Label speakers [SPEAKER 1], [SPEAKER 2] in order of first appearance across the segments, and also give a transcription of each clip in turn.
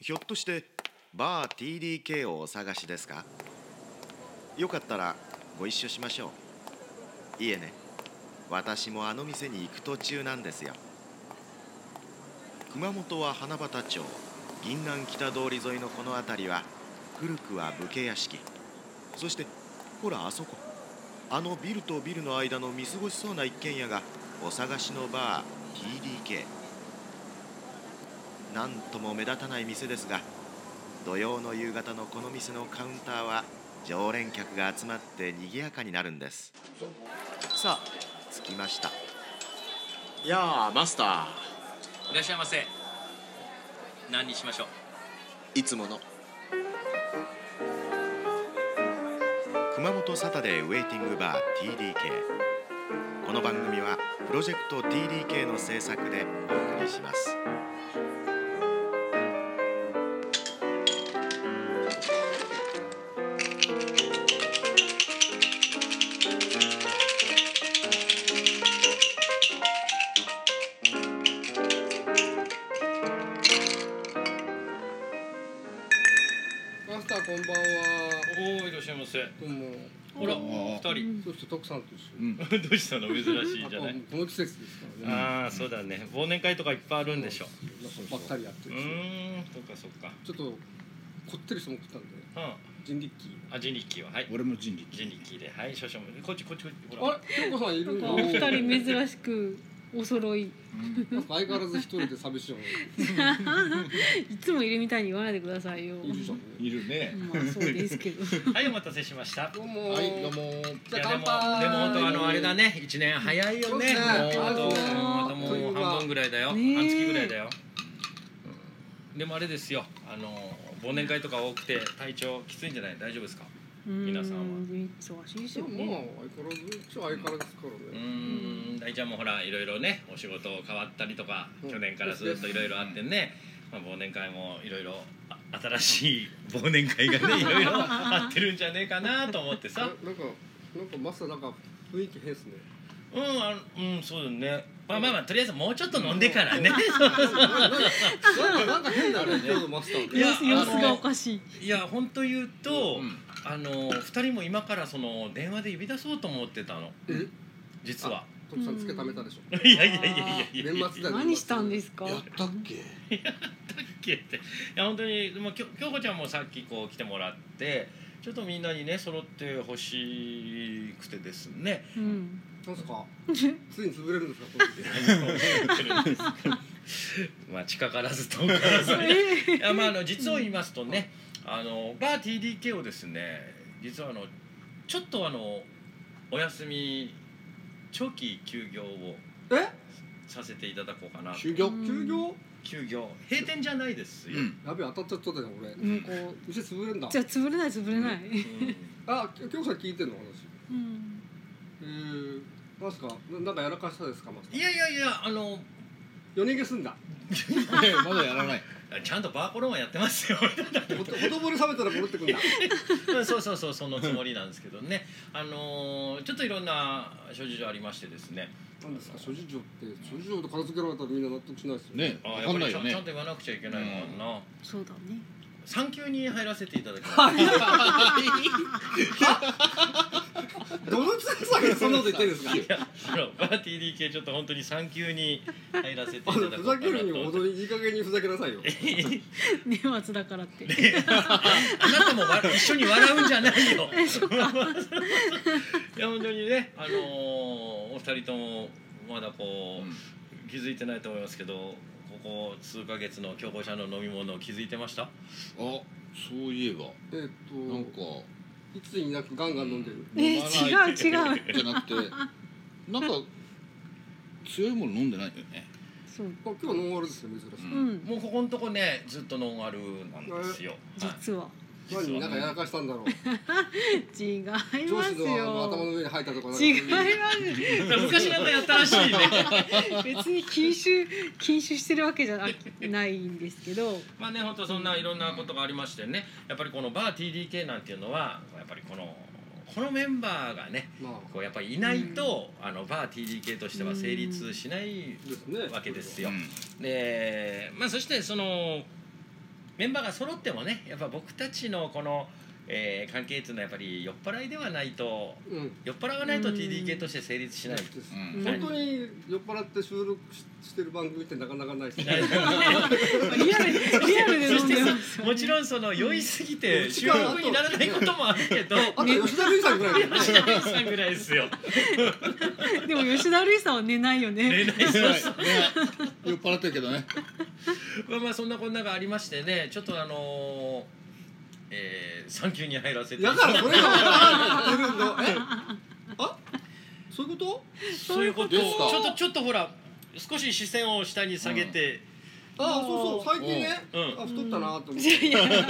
[SPEAKER 1] ひょっとしてバー TDK をお探しですかよかったらご一緒しましょういえね私もあの店に行く途中なんですよ熊本は花畑町銀南北通り沿いのこの辺りは古くは武家屋敷そしてほらあそこあのビルとビルの間の見過ごしそうな一軒家がお探しのバー TDK なんとも目立たない店ですが土曜の夕方のこの店のカウンターは常連客が集まって賑やかになるんですさあ着きました
[SPEAKER 2] いやあマスタ
[SPEAKER 3] いらっしゃいませ何にしましょう
[SPEAKER 2] ーいつもの
[SPEAKER 1] 熊本サタデーウェイティングバー TDK この番組はプロジェクト TDK の制作でお送りします
[SPEAKER 4] マスターこんばんは。
[SPEAKER 3] おおいらっしゃいませ
[SPEAKER 4] どうも。
[SPEAKER 3] ほら二人
[SPEAKER 4] そして徳さんと一緒。
[SPEAKER 3] どうしたの珍しいじゃな
[SPEAKER 4] あ
[SPEAKER 3] い
[SPEAKER 4] とこの季節ですからね。
[SPEAKER 3] ああそうだね忘年会とかいっぱいあるんでしょ
[SPEAKER 4] ばったりやって
[SPEAKER 3] う
[SPEAKER 4] るし。
[SPEAKER 3] ーんそっかそっか
[SPEAKER 4] ちょっとこってりしても食ったんで
[SPEAKER 3] う
[SPEAKER 4] 人力機。
[SPEAKER 3] んあ人力ははい
[SPEAKER 5] 俺も人力
[SPEAKER 3] 人力ではい少々お待ちこっちこっちこっちほ
[SPEAKER 4] あ
[SPEAKER 3] ら
[SPEAKER 4] れ、京子さんい
[SPEAKER 6] なん
[SPEAKER 4] る
[SPEAKER 6] か
[SPEAKER 4] の。
[SPEAKER 6] お二人珍しくお揃い
[SPEAKER 4] なん か相変わらず一人で寂しいの。い
[SPEAKER 6] いつもいるみたいに言わないでくださいよ
[SPEAKER 4] るじゃん。
[SPEAKER 5] いるね
[SPEAKER 6] まあそうですけど
[SPEAKER 3] はいお待たせしました
[SPEAKER 4] どうも。
[SPEAKER 5] はいどうも
[SPEAKER 4] じゃ
[SPEAKER 3] い
[SPEAKER 4] あ
[SPEAKER 3] やで
[SPEAKER 4] 乾
[SPEAKER 3] も
[SPEAKER 4] 杯。
[SPEAKER 3] でも本当あのあれだ。ね一年早いよね
[SPEAKER 4] そう
[SPEAKER 3] も
[SPEAKER 4] っすね
[SPEAKER 3] うあとあと
[SPEAKER 4] あっとい
[SPEAKER 3] も
[SPEAKER 4] う
[SPEAKER 3] う
[SPEAKER 4] 間
[SPEAKER 3] 半分ぐらいだよ
[SPEAKER 6] ねえ
[SPEAKER 3] 半月ぐらいだよでもあれですよあの忘年会とか多くて体調きついんじゃない大丈夫ですか皆さんは
[SPEAKER 6] うん忙しいです
[SPEAKER 4] で
[SPEAKER 6] よ
[SPEAKER 4] も
[SPEAKER 6] ね
[SPEAKER 4] まあ相変わらず一応相変わらずですから
[SPEAKER 3] う
[SPEAKER 4] ね。
[SPEAKER 3] ーん大ちゃんもほらいろいろねお仕事変わったりとか、
[SPEAKER 4] うん
[SPEAKER 3] 去年からずっといろいろあってね、まあ、忘年会もいろいろあ新しい 忘年会がねいろいろあってるんじゃねえかなと思って
[SPEAKER 4] な
[SPEAKER 3] さ
[SPEAKER 4] なんかなんかマスターなんか雰囲気変ですね。
[SPEAKER 3] うんあうんそうだねまあまあまあとりあえずもうちょっと飲んでか らね
[SPEAKER 4] なんかなんか変だね今日のマスター
[SPEAKER 3] い
[SPEAKER 4] ね。
[SPEAKER 3] や
[SPEAKER 6] 様子様子がおかしい
[SPEAKER 3] いや本当言うと、
[SPEAKER 5] うん
[SPEAKER 3] あの2人も今からその電話で呼び出そうと思ってたの
[SPEAKER 4] え
[SPEAKER 3] 実は
[SPEAKER 4] 徳さんつけためたでしょ。
[SPEAKER 3] いやいやいやいやいやいや
[SPEAKER 4] 年末だね。
[SPEAKER 6] 何したんですか
[SPEAKER 5] やったっけ
[SPEAKER 3] いや本当にまあきょ京子ちゃんもさっきこう来てもらってちょっとみんなにね揃ってほしくてですね
[SPEAKER 6] うん
[SPEAKER 4] なんすか。ついに潰れるんですか。
[SPEAKER 3] まあ近からず遠から ず
[SPEAKER 6] え
[SPEAKER 3] いやまああの実を言いますとね、あのバー TDK をですね実はあのちょっとあのお休み長期休業を
[SPEAKER 4] え
[SPEAKER 3] させていただこうかな
[SPEAKER 5] 修行
[SPEAKER 6] うん
[SPEAKER 4] 休業。
[SPEAKER 3] 休業閉店じゃないです
[SPEAKER 5] う
[SPEAKER 3] よ、
[SPEAKER 5] ん
[SPEAKER 4] やべえ当たっちゃったね俺。
[SPEAKER 6] なんか
[SPEAKER 4] 店潰れんだ
[SPEAKER 6] じ。ゃあ潰れない潰れない
[SPEAKER 3] うん
[SPEAKER 4] あ、きょ京子さん聞いてんの話。
[SPEAKER 6] うん
[SPEAKER 4] えー、なんすか。ななんかやらかしたですかマスタ
[SPEAKER 3] い
[SPEAKER 4] ー。
[SPEAKER 3] やいやいやあの
[SPEAKER 4] 夜逃げすんだ。
[SPEAKER 5] ねまだやらない
[SPEAKER 3] ちゃんとバーコロンはやってますよ
[SPEAKER 4] ほとほとぼり冷めたら戻ってくんだ。
[SPEAKER 3] うんそうそうそうそのつもりなんですけどね、あのーちょっといろんな諸事情ありましてですね
[SPEAKER 4] なんですか諸事情って諸事情と片付けられたらみんな納得しないですよ。
[SPEAKER 5] ね
[SPEAKER 3] あー
[SPEAKER 5] わ
[SPEAKER 3] やっ
[SPEAKER 5] か
[SPEAKER 3] ぱ
[SPEAKER 5] んない
[SPEAKER 3] り
[SPEAKER 5] よ
[SPEAKER 3] ちゃ,、ちゃん
[SPEAKER 5] ね
[SPEAKER 3] と言わなくちゃいけないのかな、
[SPEAKER 6] そうだね
[SPEAKER 3] 産休に入らせていただきます
[SPEAKER 4] どのつさんそんなこと言ってるんですか。
[SPEAKER 3] いや あのバー TDK ちょっと本当に産休に入らせていた
[SPEAKER 4] あ
[SPEAKER 3] だ
[SPEAKER 4] の
[SPEAKER 3] こうか
[SPEAKER 4] ふ
[SPEAKER 3] なと
[SPEAKER 4] ざけるにもほどいい加減にふざけなさいよ。
[SPEAKER 6] 年末だからって
[SPEAKER 3] あなたもわ一緒に笑うんじゃないよ。いや本当にね、あのーお二人ともまだこう、気づいてないと思いますけど、ここ数ヶ月の強行者の飲み物気づいてました？
[SPEAKER 5] あそういえば
[SPEAKER 4] えーっ
[SPEAKER 5] なん
[SPEAKER 4] と
[SPEAKER 5] か
[SPEAKER 4] いつになくガンガン飲んでる。
[SPEAKER 6] え違う違う
[SPEAKER 5] じゃなくてなんか強いもの飲んでないよね
[SPEAKER 6] そう
[SPEAKER 4] あ今日ノンアルですよ珍し
[SPEAKER 5] う
[SPEAKER 4] い。
[SPEAKER 6] うんん
[SPEAKER 3] もうここのとこね、ずっとノンアルなんですよ。
[SPEAKER 6] 実は
[SPEAKER 3] は
[SPEAKER 4] 何なんかやらかしたんだろう。
[SPEAKER 6] 違いま
[SPEAKER 4] 上司
[SPEAKER 6] す
[SPEAKER 4] のあの頭の
[SPEAKER 6] よ
[SPEAKER 4] 上に入ったとかなんか。
[SPEAKER 6] 違います
[SPEAKER 3] はい昔なんかやったらしいね。
[SPEAKER 6] 別に禁酒禁酒してるわけじゃないんです けど
[SPEAKER 3] まあね、本当そんないろんなことがありましてね、やっぱりこのバー TDK なんていうのは、やっぱりこのこのメンバーがね。
[SPEAKER 4] ま
[SPEAKER 3] こうやっぱりいないと、あのバー TDK としては成立しない
[SPEAKER 4] あですね。
[SPEAKER 3] わけです
[SPEAKER 5] う
[SPEAKER 3] よ。
[SPEAKER 5] ん
[SPEAKER 3] で、まあそしてそのメンバーが揃ってもねやっぱ僕たちのこの、えー関係っていうのはやっぱり酔っ払いではないと
[SPEAKER 4] うん
[SPEAKER 3] 酔っ払わないと
[SPEAKER 6] うん
[SPEAKER 3] TDK として成立しない。
[SPEAKER 4] です
[SPEAKER 5] うん
[SPEAKER 6] うん
[SPEAKER 4] 本当に酔っ払って収録ししてる番組ってなかなかないですね。
[SPEAKER 6] リアルリアルで飲んでますよね
[SPEAKER 3] もちろんその酔いすぎて収録にならないこともあるけど
[SPEAKER 4] あと吉田類さんぐらいだよね。
[SPEAKER 3] 吉田類さんぐらいですよ
[SPEAKER 6] でも吉田類さんは寝ないよね
[SPEAKER 3] 寝ないそうそう
[SPEAKER 5] 酔っ払ってるけどね
[SPEAKER 3] まあまあそんなこんながありましてねちょっとあのーえー、産休に入らせて
[SPEAKER 4] だからそれが分からんって言ってるの。え？あ？そういうこと？
[SPEAKER 3] そういうこと
[SPEAKER 5] そういうことで
[SPEAKER 3] を
[SPEAKER 5] す
[SPEAKER 3] ち
[SPEAKER 5] か
[SPEAKER 3] ょっとちょっとほら少し視線を下に下げて、
[SPEAKER 4] ああそうそう最近ね。
[SPEAKER 3] うん
[SPEAKER 4] あ太ったなと思っ
[SPEAKER 6] いやい
[SPEAKER 4] て。
[SPEAKER 6] や
[SPEAKER 3] うんうん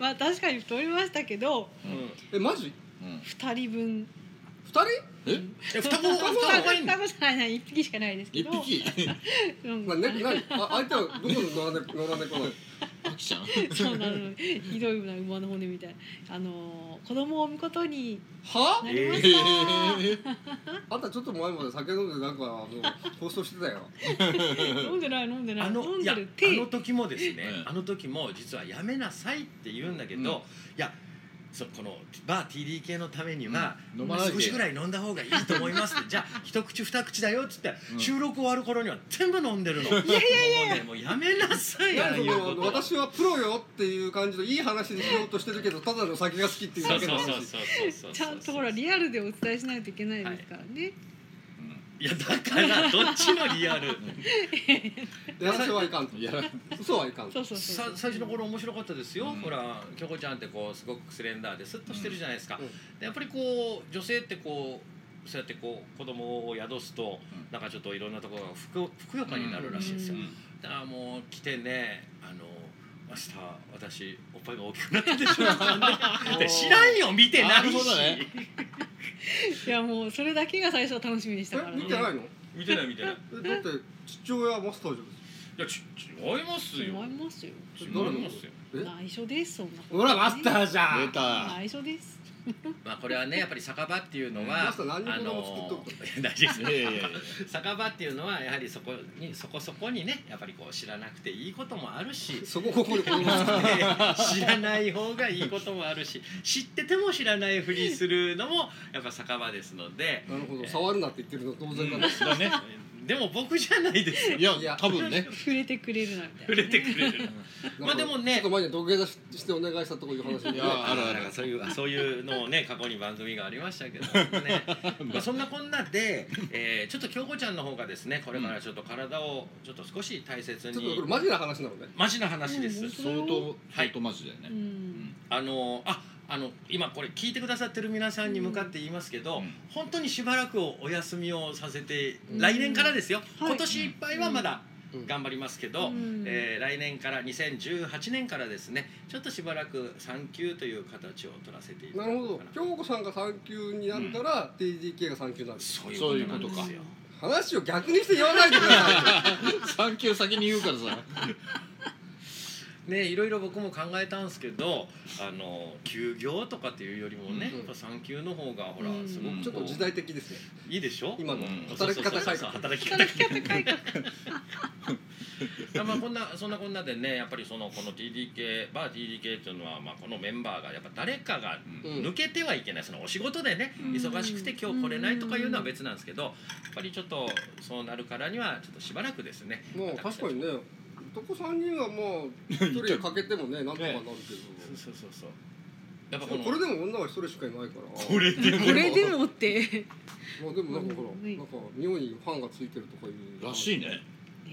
[SPEAKER 6] まあ確かに太りましたけど
[SPEAKER 3] うん
[SPEAKER 4] えマジ？
[SPEAKER 5] うん
[SPEAKER 6] 二人分
[SPEAKER 4] 二人？
[SPEAKER 5] え
[SPEAKER 3] え双子双
[SPEAKER 6] 双
[SPEAKER 3] 子
[SPEAKER 6] 子
[SPEAKER 3] がいいの
[SPEAKER 6] 双子じゃないな一匹しかないですけ
[SPEAKER 5] 一
[SPEAKER 6] ど
[SPEAKER 5] 匹
[SPEAKER 6] うん
[SPEAKER 4] まあね何？あ相手はどこの野良猫野良猫 なの？
[SPEAKER 5] あきちゃん
[SPEAKER 6] そうなのひどいな馬の骨みたいなあのー子供を産むことに
[SPEAKER 4] は？
[SPEAKER 6] なりました、
[SPEAKER 4] あんたちょっと前まで酒飲んでなんかあの放送してたよ。
[SPEAKER 6] 飲んでない飲んでない
[SPEAKER 3] あの
[SPEAKER 6] 飲ん
[SPEAKER 3] い
[SPEAKER 6] で
[SPEAKER 3] やあ
[SPEAKER 6] る手
[SPEAKER 3] の時もですね、
[SPEAKER 5] うん
[SPEAKER 3] あの時も実はやめなさいって言うんだけど、
[SPEAKER 5] うん
[SPEAKER 3] いやそこのバー TDK のためには、
[SPEAKER 5] 飲まないで
[SPEAKER 3] 少しぐらい飲んだ方がいいと思いますって じゃあ一口二口だよっつって、
[SPEAKER 5] うん
[SPEAKER 3] 収録終わる頃には全部飲んでるのいやいやいやもう,、ね、もうやめなさいああい
[SPEAKER 4] 何そ
[SPEAKER 3] うこと
[SPEAKER 4] の私はプロよっていう感じのいい話にしようとしてるけどただの酒が好きっていう
[SPEAKER 3] そ
[SPEAKER 4] だ
[SPEAKER 3] う
[SPEAKER 4] け
[SPEAKER 3] そ
[SPEAKER 4] の
[SPEAKER 3] うそう
[SPEAKER 4] 話。
[SPEAKER 3] そうそうそう
[SPEAKER 6] ちゃんとほらリアルでお伝えしないといけないですからね、
[SPEAKER 3] いやだからどっちのリアル
[SPEAKER 4] やらせはいかんと。
[SPEAKER 5] やら
[SPEAKER 4] 嘘はいかんと。
[SPEAKER 6] そうそうそ
[SPEAKER 3] さ
[SPEAKER 6] うそう
[SPEAKER 3] 最初の頃面白かったですよ、
[SPEAKER 5] うん
[SPEAKER 3] ほら京子ちゃんってこうすごくスレンダーでスッとしてるじゃないですか、
[SPEAKER 4] うん
[SPEAKER 3] でやっぱりこう女性ってこうそうやってこう子供を宿すと、
[SPEAKER 5] うん
[SPEAKER 3] なんかちょっといろんなところがふくふくよかになるらしいですよ、だからもう来てねあの明日私おっぱいが大きくなったでしょうで知らんよ見てない
[SPEAKER 5] なる
[SPEAKER 3] し
[SPEAKER 5] ほどね
[SPEAKER 6] いやもうそれだけが最初は楽しみにしたから
[SPEAKER 4] え
[SPEAKER 6] ね
[SPEAKER 4] 見てないの？
[SPEAKER 3] 見てない見てないい
[SPEAKER 4] えだって父親はマスターじゃん。
[SPEAKER 3] やち違います
[SPEAKER 6] 違い
[SPEAKER 3] よ
[SPEAKER 6] ますよ
[SPEAKER 3] 違い
[SPEAKER 4] 誰の
[SPEAKER 3] ますよ
[SPEAKER 4] え
[SPEAKER 6] 内緒ですそんな
[SPEAKER 4] ほらマスターじゃん
[SPEAKER 5] 出た
[SPEAKER 6] 内緒です
[SPEAKER 3] まあこれはねやっぱり酒場っていうのは
[SPEAKER 4] マスター何人子供作っとく
[SPEAKER 3] あの 大丈夫で
[SPEAKER 5] い
[SPEAKER 3] す
[SPEAKER 5] やいやいや
[SPEAKER 3] 酒場っていうのはやはりそこにそこそこにねやっぱりこう知らなくていいこともあ るし
[SPEAKER 4] そこここでこの
[SPEAKER 3] 知らない方がいいこともあるし知ってても知らないふりするのもやっぱ酒場ですので
[SPEAKER 4] なるほど触るなって言ってるの当然だね、
[SPEAKER 5] だね
[SPEAKER 3] でも僕じゃないですよ
[SPEAKER 5] いや多分ね
[SPEAKER 6] 触れてくれるなみたいな、ね、
[SPEAKER 3] 触れてくれるまあでも
[SPEAKER 4] ちょ
[SPEAKER 3] ね
[SPEAKER 4] っと前に土下座ししてお願いしたとこいう話で
[SPEAKER 5] い
[SPEAKER 4] ね
[SPEAKER 5] やあるあ
[SPEAKER 3] なん
[SPEAKER 5] る
[SPEAKER 3] かそういうそういうのをね過去に番組がありましたけどね、まあ、そんなこんなで、えーちょっと京子ちゃんの方がですねこれからちょっと体をちょっと少し大切
[SPEAKER 4] ちょっとこれ
[SPEAKER 3] に
[SPEAKER 4] マジな話なのね
[SPEAKER 3] マジな話です、
[SPEAKER 6] うん
[SPEAKER 5] 相当相当マジだよ
[SPEAKER 6] う
[SPEAKER 5] ね
[SPEAKER 6] ん
[SPEAKER 3] あのああの今これ聞いてくださってる皆さんに向かって言いますけど、
[SPEAKER 5] うん
[SPEAKER 3] 本当にしばらくお休みをさせて、
[SPEAKER 4] うん
[SPEAKER 3] 来年からですよ、
[SPEAKER 6] はい
[SPEAKER 3] 今年いっぱいはまだ
[SPEAKER 4] うん
[SPEAKER 3] 頑張りますけど、
[SPEAKER 6] うん
[SPEAKER 3] えー来年から2018年からですねちょっとしばらく産休という形を取らせていただ
[SPEAKER 4] な
[SPEAKER 3] こ
[SPEAKER 4] る
[SPEAKER 3] う
[SPEAKER 4] ほど
[SPEAKER 3] かな
[SPEAKER 4] 京子さんが産休になったら、TDK が産休になる
[SPEAKER 3] そ
[SPEAKER 5] そうう
[SPEAKER 3] い
[SPEAKER 5] いうう
[SPEAKER 3] こ
[SPEAKER 5] ことと
[SPEAKER 3] なん
[SPEAKER 5] か
[SPEAKER 3] ですよ
[SPEAKER 4] 話を逆にして言わないでくださ
[SPEAKER 5] 産休先に言うからさ
[SPEAKER 3] ねいろいろ僕も考えたんですけどあの休業とかっていうよりもね、
[SPEAKER 4] うん
[SPEAKER 3] やっぱ産休の方がほら、
[SPEAKER 6] うん
[SPEAKER 3] すごくこ
[SPEAKER 5] う
[SPEAKER 3] うん
[SPEAKER 4] いちょっと時代的ですね
[SPEAKER 3] いいでしょ
[SPEAKER 4] 今の
[SPEAKER 5] うん
[SPEAKER 4] 働き方改
[SPEAKER 3] そうそうそう
[SPEAKER 4] 革
[SPEAKER 3] そう働き方
[SPEAKER 6] 働き方改革
[SPEAKER 3] まあこんなそんなこんなでねやっぱりそのこの TDK バー TDK っていうのはまあこのメンバーがやっぱ誰かが
[SPEAKER 4] うん
[SPEAKER 3] 抜けてはいけないそのお仕事でね
[SPEAKER 6] うん
[SPEAKER 3] 忙しくて今日来れないとかいうのは別なんですけどやっぱりちょっとそうなるからにはちょっとしばらくですね
[SPEAKER 4] もう確かにね男三人はもう一人かけても ねなんとかなる
[SPEAKER 3] そう
[SPEAKER 4] け
[SPEAKER 3] そうそうそうやっぱ
[SPEAKER 4] ど
[SPEAKER 3] こ
[SPEAKER 4] で
[SPEAKER 3] の
[SPEAKER 4] もこれでも女は一人しかいないから
[SPEAKER 5] これで
[SPEAKER 6] これでもって
[SPEAKER 4] まあでもなんかほら、
[SPEAKER 6] うん
[SPEAKER 4] なんか妙にファンがついてるとかいう
[SPEAKER 5] らしいね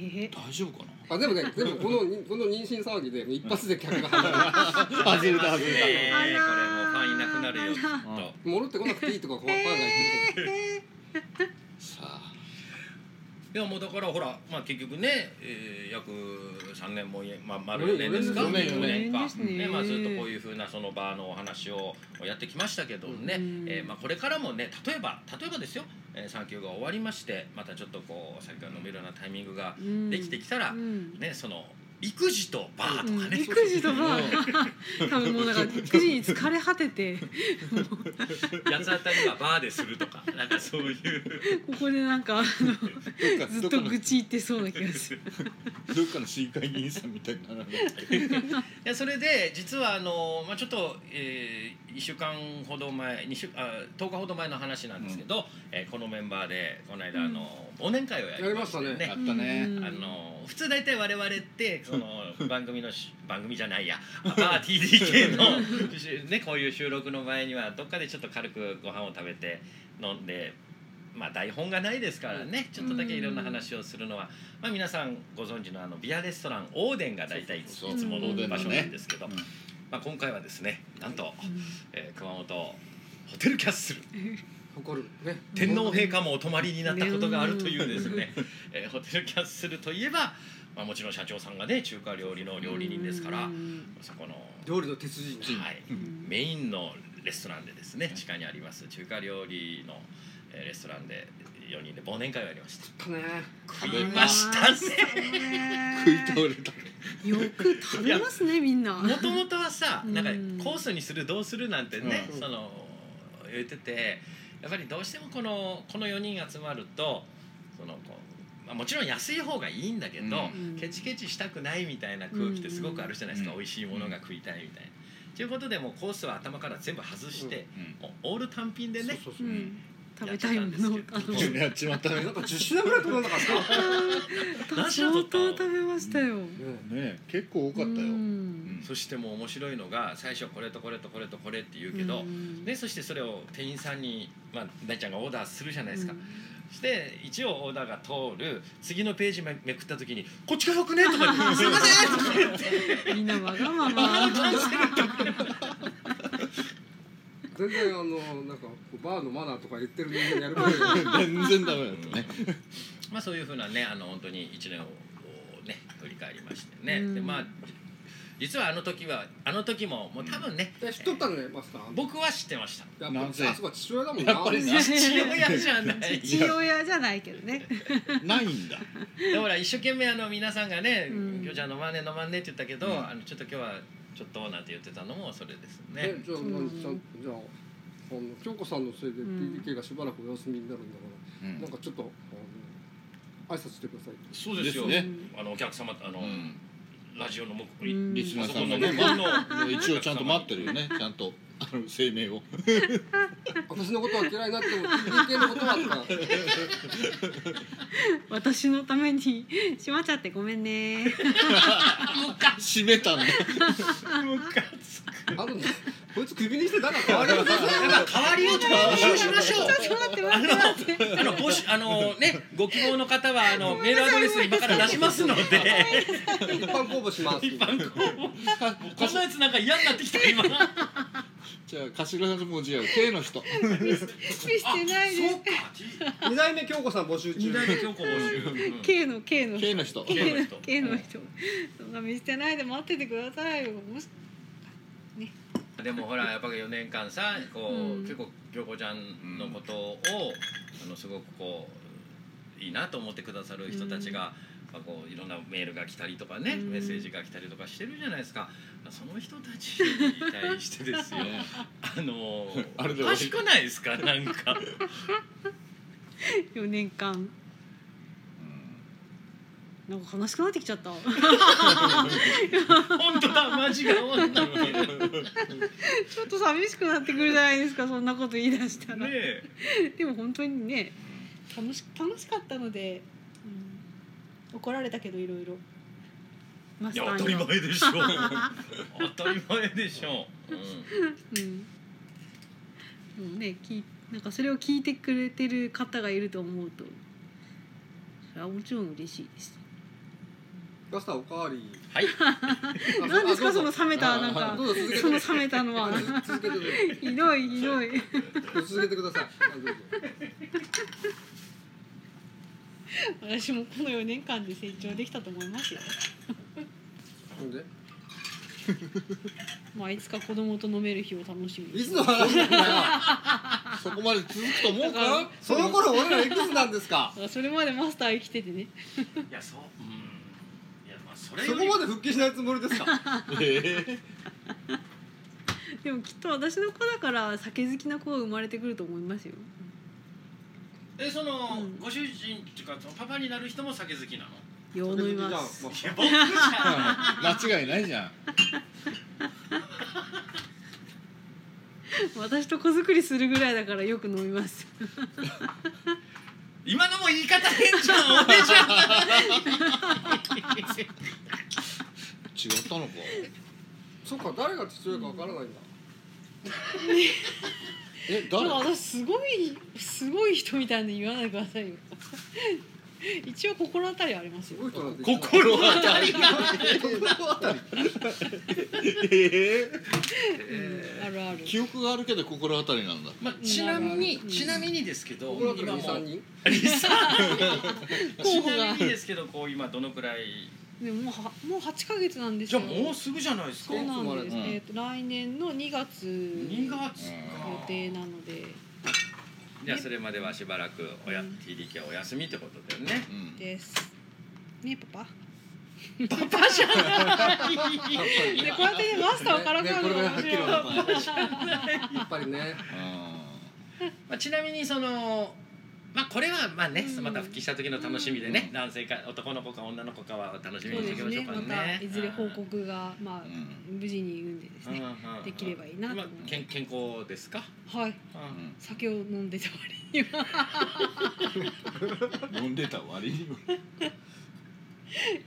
[SPEAKER 6] え
[SPEAKER 5] 大丈夫か
[SPEAKER 4] あでもねでもこのにこの妊娠騒ぎでもう一発で客が離れる
[SPEAKER 5] な外れた外れた
[SPEAKER 3] ねこ
[SPEAKER 6] あら
[SPEAKER 3] れもうファンいなくなるよずっと
[SPEAKER 5] あら
[SPEAKER 4] 戻ってこな くていいとかファンが言ってる
[SPEAKER 5] さあ
[SPEAKER 3] いやもうだからほらまあ結局ね、えー約3年もいえまあ丸
[SPEAKER 4] うん
[SPEAKER 3] 4年ですか
[SPEAKER 5] 四年四
[SPEAKER 6] 年
[SPEAKER 3] か
[SPEAKER 6] ですね
[SPEAKER 3] まあずっとこういうふうなその場のお話をやってきましたけどね、
[SPEAKER 6] うん
[SPEAKER 3] えーまあこれからもね例えば例えばですよ、えー、産休が終わりましてまたちょっとこうお酒が飲めるようなタイミングが
[SPEAKER 6] うん
[SPEAKER 3] できてきたら、
[SPEAKER 6] うん
[SPEAKER 3] ねその育児とバーとかね、
[SPEAKER 6] 育児とバー多分もうだから育児に疲れ果 てて
[SPEAKER 3] 八つ当たりはバーでするとかなんかそういう
[SPEAKER 6] ここでなんかあの
[SPEAKER 5] どっか
[SPEAKER 6] ず
[SPEAKER 5] ど
[SPEAKER 6] っ
[SPEAKER 5] っか
[SPEAKER 6] と
[SPEAKER 5] の
[SPEAKER 6] 愚痴言ってそうな気がする。
[SPEAKER 5] どっかの市議会議員さんみたいにならない
[SPEAKER 3] いやそれで実はあの、まあ、ちょっと、え1週間ほど前二週あ10日ほど前の話なんですけど、えーこのメンバーでこの間あの忘年会をやりましたよ
[SPEAKER 4] やり
[SPEAKER 5] あったね
[SPEAKER 6] うん
[SPEAKER 3] あの普通大体我 々ってその番組のし番組じゃないやバー TDK の、し ね、こういう収録の前にはどっかでちょっと軽くご飯を食べて飲んで、まあ、台本がないですからねちょっとだけいろんな話をするのは、まあ、皆さんご存知のあのビアレストランオーデンが大体いつ
[SPEAKER 5] そう
[SPEAKER 6] そうそう
[SPEAKER 3] もの場所なんですけど、
[SPEAKER 5] うん
[SPEAKER 3] まあ、今回はですねなんと、
[SPEAKER 6] う
[SPEAKER 3] えー熊本ホテルキャッスル
[SPEAKER 6] ん
[SPEAKER 4] 誇るね
[SPEAKER 3] 天皇陛下もお泊まりになったことがあるというですね、えーホテルキャッスルといえば、まあ、もちろん社長さんがね中華料理の料理人ですから
[SPEAKER 6] うん
[SPEAKER 3] そこの、は
[SPEAKER 4] 料理の鉄人
[SPEAKER 3] い、メインのレストランでですね地下にあります中華料理のえーレストランで4人で忘年会をやりました
[SPEAKER 4] だね
[SPEAKER 3] 食いましたね
[SPEAKER 5] 食い倒れた
[SPEAKER 6] よく食べますねみんな。
[SPEAKER 3] もともとはさ
[SPEAKER 6] うん
[SPEAKER 3] なんかコースにするどうするなんてね、
[SPEAKER 4] うん
[SPEAKER 3] その言っててやっぱりどうしてもこのこの4人集まるとそのこう、まあ、もちろん安い方がいいんだけど、
[SPEAKER 6] うん
[SPEAKER 3] ケチケチしたくないみたいな空気ってすごくあるじゃないですか、
[SPEAKER 5] うん
[SPEAKER 3] 美味しいものが食いたいみたいな。ということでもうコースは頭から全部外して、
[SPEAKER 5] うん
[SPEAKER 3] もうオール単品でね
[SPEAKER 4] そうそうそう、
[SPEAKER 6] うん食べたいものあの
[SPEAKER 5] うんやっちまった
[SPEAKER 4] あ
[SPEAKER 5] ね
[SPEAKER 4] れなんか10周年ぐらい取らなかったね
[SPEAKER 3] 何品
[SPEAKER 6] 相
[SPEAKER 3] 取
[SPEAKER 6] 当
[SPEAKER 3] ったの
[SPEAKER 6] 食べましたよ。
[SPEAKER 5] ね結構多かったよ、う
[SPEAKER 6] う
[SPEAKER 5] ん
[SPEAKER 6] ん
[SPEAKER 3] そしてもう面白いのが最初これとこれとこれとこれって言うけど、
[SPEAKER 6] うん
[SPEAKER 3] ね、そしてそれを店員さんに、まあ、大ちゃんがオーダーするじゃないですか、
[SPEAKER 6] うん
[SPEAKER 3] そして一応オーダーが通る次のページめめくった時に「こっちがよくね」とか言って「すいません!」とか言って
[SPEAKER 6] みんなわがま ま。
[SPEAKER 4] 全然あのなんかこうバーのマナーとか言ってる人間やる から
[SPEAKER 5] 全然ダメだったね
[SPEAKER 3] まあそういうふうなねあの本当に1年をこうね振り返りましてね、
[SPEAKER 6] うん
[SPEAKER 3] でまあ実はあの時はあの時ももう多分ね、
[SPEAKER 4] え知っとったのねマスター
[SPEAKER 3] 僕は知ってま した
[SPEAKER 4] やっぱ
[SPEAKER 5] なぜ
[SPEAKER 4] あそこは父親だもんな
[SPEAKER 5] やっぱりね
[SPEAKER 3] 父親じ ゃない
[SPEAKER 6] 父親じゃないけどね。
[SPEAKER 5] ないんだ
[SPEAKER 3] だから一生懸命あの皆さんがね「
[SPEAKER 6] うん
[SPEAKER 3] 今日じゃあ飲まんね飲まんね」って言ったけど、
[SPEAKER 5] うん
[SPEAKER 3] あのちょっと今日はちょっとなんて言ってたのもそれですね
[SPEAKER 4] えじゃあ、
[SPEAKER 6] うん
[SPEAKER 4] まあちゃんじゃああの京子さんのせいで
[SPEAKER 6] うん
[SPEAKER 4] TDK がしばらくお休みになるんだから、
[SPEAKER 5] うん
[SPEAKER 4] なんかちょっとあの挨拶してください
[SPEAKER 3] そう
[SPEAKER 5] ですよですね
[SPEAKER 3] あのお客様あの、
[SPEAKER 5] うん
[SPEAKER 3] ラジオの向こう
[SPEAKER 6] う
[SPEAKER 3] に
[SPEAKER 6] ん
[SPEAKER 5] リスナ
[SPEAKER 3] あ
[SPEAKER 5] ー
[SPEAKER 3] そ
[SPEAKER 5] さ
[SPEAKER 3] こ
[SPEAKER 5] ん
[SPEAKER 3] の
[SPEAKER 5] が
[SPEAKER 3] 向
[SPEAKER 5] ね
[SPEAKER 3] こうの
[SPEAKER 5] 一応ちゃんと待ってるよねちゃんとあの声明を
[SPEAKER 4] 私のことは嫌いになっても TDK のことはとか
[SPEAKER 6] 私のために閉まっちゃってごめんね。
[SPEAKER 5] 閉めたんだ
[SPEAKER 4] あのねこいつクビにしてなんか変わりをさせ
[SPEAKER 3] やっぱ代わりをちょっと募集しましょう。
[SPEAKER 6] ちょっと待って待って待って。
[SPEAKER 3] あのごしあのねご希望の方はあのメールアドレス今から出しますので。
[SPEAKER 4] 一般公募します
[SPEAKER 3] 一般公募こんなやつなんか嫌になってきた今。
[SPEAKER 5] じゃあ頭さんともう違う K の人
[SPEAKER 6] してないで
[SPEAKER 3] そう
[SPEAKER 6] す。
[SPEAKER 3] か。
[SPEAKER 4] 二代目京子さん募集
[SPEAKER 3] 二
[SPEAKER 4] 中
[SPEAKER 3] 代目強行募集。
[SPEAKER 6] K の K の
[SPEAKER 5] K の人
[SPEAKER 3] K の 人
[SPEAKER 6] K の人。そんな見捨てないで待っててくださいよ。もし
[SPEAKER 3] でもほらやっぱり四年間さこう、
[SPEAKER 6] うん
[SPEAKER 3] 結構京子ちゃんのことを、あのすごくこういいなと思ってくださる人たちが。まあこういろんなメールが来たりとかね、
[SPEAKER 6] うん
[SPEAKER 3] メッセージが来たりとかしてるじゃないですかその人たちに対してですよ
[SPEAKER 5] ね
[SPEAKER 3] あのー
[SPEAKER 5] あれで終
[SPEAKER 3] お
[SPEAKER 5] わり
[SPEAKER 3] かしくないですかなんか
[SPEAKER 6] 4年間なんか悲しくなってきちゃった。
[SPEAKER 3] 本当だマジが女だね
[SPEAKER 6] ちょっと寂しくなってくるじゃないですか。そんなこと言い出したら。
[SPEAKER 3] え
[SPEAKER 6] でも本当にね楽し楽しかったので、うん怒られたけどいろいろマ
[SPEAKER 3] いや当たり前でしょ 当たり前でしょ、う
[SPEAKER 6] うん、もうねきなんかそれを聞いてくれてる方がいると思うとそれはもちろん嬉しいです
[SPEAKER 4] マスターおかわり
[SPEAKER 3] はい
[SPEAKER 4] あ
[SPEAKER 6] 何ですか
[SPEAKER 4] あ
[SPEAKER 6] そ
[SPEAKER 4] どう
[SPEAKER 6] の
[SPEAKER 4] ぞ
[SPEAKER 6] 冷めたな
[SPEAKER 4] あ
[SPEAKER 6] んか
[SPEAKER 4] どうぞ続け
[SPEAKER 6] その
[SPEAKER 4] て
[SPEAKER 6] 冷めたのは
[SPEAKER 4] 続けて
[SPEAKER 6] ひどいひどい
[SPEAKER 4] 続けてくださいあどうぞ
[SPEAKER 6] 私もこの4年間で成長できたと思いますよ
[SPEAKER 4] ほんで
[SPEAKER 6] まあいつか子供と飲める日を楽しみに
[SPEAKER 4] いつの話なんだよ
[SPEAKER 5] そこまで続くと思うか
[SPEAKER 6] だから
[SPEAKER 4] その頃俺らいくつなんですか
[SPEAKER 6] だからそれまでマスター生きててね
[SPEAKER 3] ん、いやそう、うん、いやまあ、それ
[SPEAKER 4] そ
[SPEAKER 3] よ
[SPEAKER 4] こ
[SPEAKER 3] り
[SPEAKER 4] まで復帰しないつもりですか
[SPEAKER 6] でもきっと私の子だから酒好きな子が生まれてくると思いますよ
[SPEAKER 3] えその、
[SPEAKER 6] うん
[SPEAKER 3] ご主人っていうかそのパパになる人も酒好きな の
[SPEAKER 6] よう飲みます
[SPEAKER 4] それで
[SPEAKER 3] いや僕じゃん
[SPEAKER 5] 間違いないじゃん
[SPEAKER 6] 私と子作りするぐらいだからよく飲みます
[SPEAKER 3] 今のも言い方変じゃん俺じゃん
[SPEAKER 5] 違ったのか
[SPEAKER 4] そっか誰が父親かわからないんだ、
[SPEAKER 5] え
[SPEAKER 6] で
[SPEAKER 5] 誰
[SPEAKER 6] も私すごいすごい人みたいに言わないでくださいよ 一応心当たりあります
[SPEAKER 4] す
[SPEAKER 6] よ
[SPEAKER 4] ごい人なんて
[SPEAKER 3] 心当たりが
[SPEAKER 5] えー
[SPEAKER 6] うんあるある
[SPEAKER 5] 記憶があるけど心当たりなんだ
[SPEAKER 3] まあ、ちなみに、
[SPEAKER 6] うん
[SPEAKER 3] ちなみにですけど、
[SPEAKER 4] 心当たり
[SPEAKER 3] 今も
[SPEAKER 4] 二三人
[SPEAKER 3] リサ
[SPEAKER 6] 候
[SPEAKER 3] ち
[SPEAKER 6] 補
[SPEAKER 3] な
[SPEAKER 6] が
[SPEAKER 3] みにですけどこう今どのくらい
[SPEAKER 6] でももうはもう八ヶ月なんです
[SPEAKER 3] じゃ
[SPEAKER 6] よ
[SPEAKER 3] あもうすぐじゃないですか
[SPEAKER 6] そうなんです、
[SPEAKER 5] うん
[SPEAKER 6] えっ、と来年の2月
[SPEAKER 3] 2月か
[SPEAKER 6] 予定なので
[SPEAKER 3] じゃあそれまではしばらくおや TDK はお休みってことだよね
[SPEAKER 5] うん
[SPEAKER 6] ですねパパ
[SPEAKER 3] パパじゃ
[SPEAKER 6] でこうやってねマスターをからかうのが面白い、
[SPEAKER 4] ねねこれはっきりやっぱりね
[SPEAKER 5] あ
[SPEAKER 3] まあ、ちなみにそのまあこれはまあね、
[SPEAKER 6] うん
[SPEAKER 3] また復帰した時の楽しみでね、
[SPEAKER 5] うん
[SPEAKER 3] 男性か男の子か女の子かは楽しみ
[SPEAKER 6] そう
[SPEAKER 3] にして
[SPEAKER 6] で
[SPEAKER 3] いき
[SPEAKER 6] す
[SPEAKER 3] ましょうか
[SPEAKER 6] ねま
[SPEAKER 3] ね
[SPEAKER 6] たいずれ報告がまあ
[SPEAKER 5] ーうん
[SPEAKER 6] 無事に産んでですね、できれば
[SPEAKER 3] いい
[SPEAKER 6] いいなと思います
[SPEAKER 3] 健健康ですか、
[SPEAKER 6] はい酒を飲んでた割には
[SPEAKER 5] うん飲んでた割 には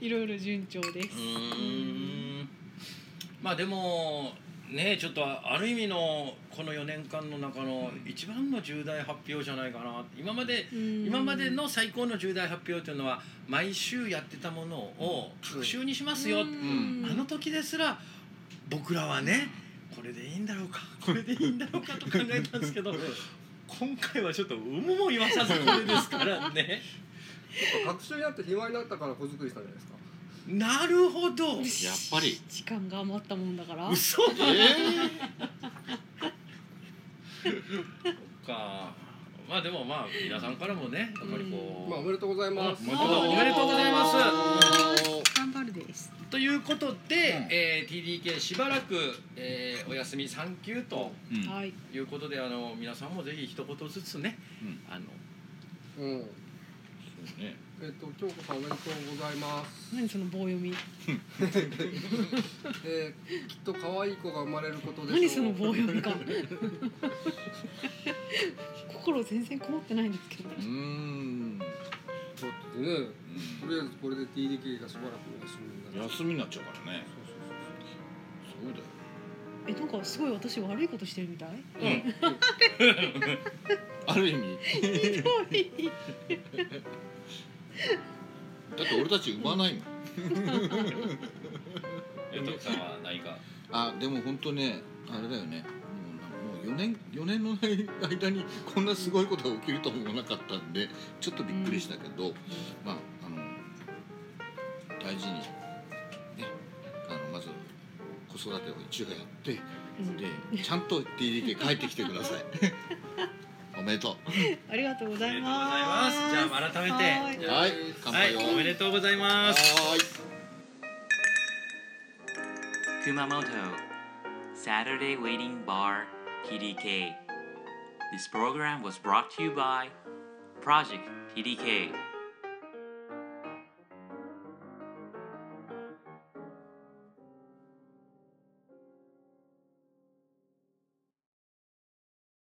[SPEAKER 5] い
[SPEAKER 6] ろいろ順調です
[SPEAKER 3] うーんまあでもねちょっとある意味のこの4年間の中の一番の重大発表じゃないかな今まで
[SPEAKER 6] うん
[SPEAKER 3] 今までの最高の重大発表というのは毎週やってたものを隔週にしますよ、
[SPEAKER 6] うん
[SPEAKER 3] あの時ですら僕らはねこれでいいんだろうかこれでいいんだろうかと考えたんですけど 今回はちょっと有無も言わさずこれですからね
[SPEAKER 4] 学習になって暇になったから子作りしたんじゃないですか
[SPEAKER 3] なるほど
[SPEAKER 5] やっぱり
[SPEAKER 6] 時間が余ったもんだから
[SPEAKER 3] 嘘
[SPEAKER 5] えー
[SPEAKER 3] かまあでもまあ皆さんからもねやっぱりこう、
[SPEAKER 4] まあおめでとうございます
[SPEAKER 3] おめでとうございます
[SPEAKER 6] 頑張るです
[SPEAKER 3] ということ
[SPEAKER 5] うん
[SPEAKER 3] で、えー TDK しばらく、えーお休み産休と
[SPEAKER 5] うん
[SPEAKER 6] はい
[SPEAKER 3] いうことであの皆さんもぜひ一言ずつね、
[SPEAKER 5] うん
[SPEAKER 3] あの
[SPEAKER 4] うん
[SPEAKER 5] そうね
[SPEAKER 4] えっと京子さんおめでとうございます
[SPEAKER 6] 何その棒読み
[SPEAKER 4] えーきっと可愛い子が生まれることでしょう
[SPEAKER 6] 何その棒読 みか心全然こもってないんですけど
[SPEAKER 5] うーん
[SPEAKER 4] ちょっとねとりあえずこれで TDK がしばらくお休みになる
[SPEAKER 5] 休みになっちゃうからね
[SPEAKER 4] そう
[SPEAKER 5] そ
[SPEAKER 4] そうそうそう
[SPEAKER 5] うだよ
[SPEAKER 6] えなんかすごい私悪いことしてるみたい
[SPEAKER 3] うん、
[SPEAKER 5] ある意味 だって俺たち産まないもん
[SPEAKER 3] え徳さんは何か
[SPEAKER 5] あでも本当ねあれだよねもうなもう4年4年の間にこんなすごいことが起きるとは思わなかったんでちょっとびっくりしたけど、まああの大事にねあのまず子育てを一応やって
[SPEAKER 6] うん
[SPEAKER 5] でちゃんと TDK 帰ってきてくださ いおめでと
[SPEAKER 6] ありがとうござい
[SPEAKER 3] あ
[SPEAKER 6] ま
[SPEAKER 3] り
[SPEAKER 6] す
[SPEAKER 3] がとうございますじゃあ改めて
[SPEAKER 6] は
[SPEAKER 5] は
[SPEAKER 6] いう
[SPEAKER 5] い乾杯を、
[SPEAKER 3] はいおめでとうございます
[SPEAKER 5] はーい
[SPEAKER 7] Kumamoto Saturday Waiting Bar TDK. This program was brought to you by Project TDK.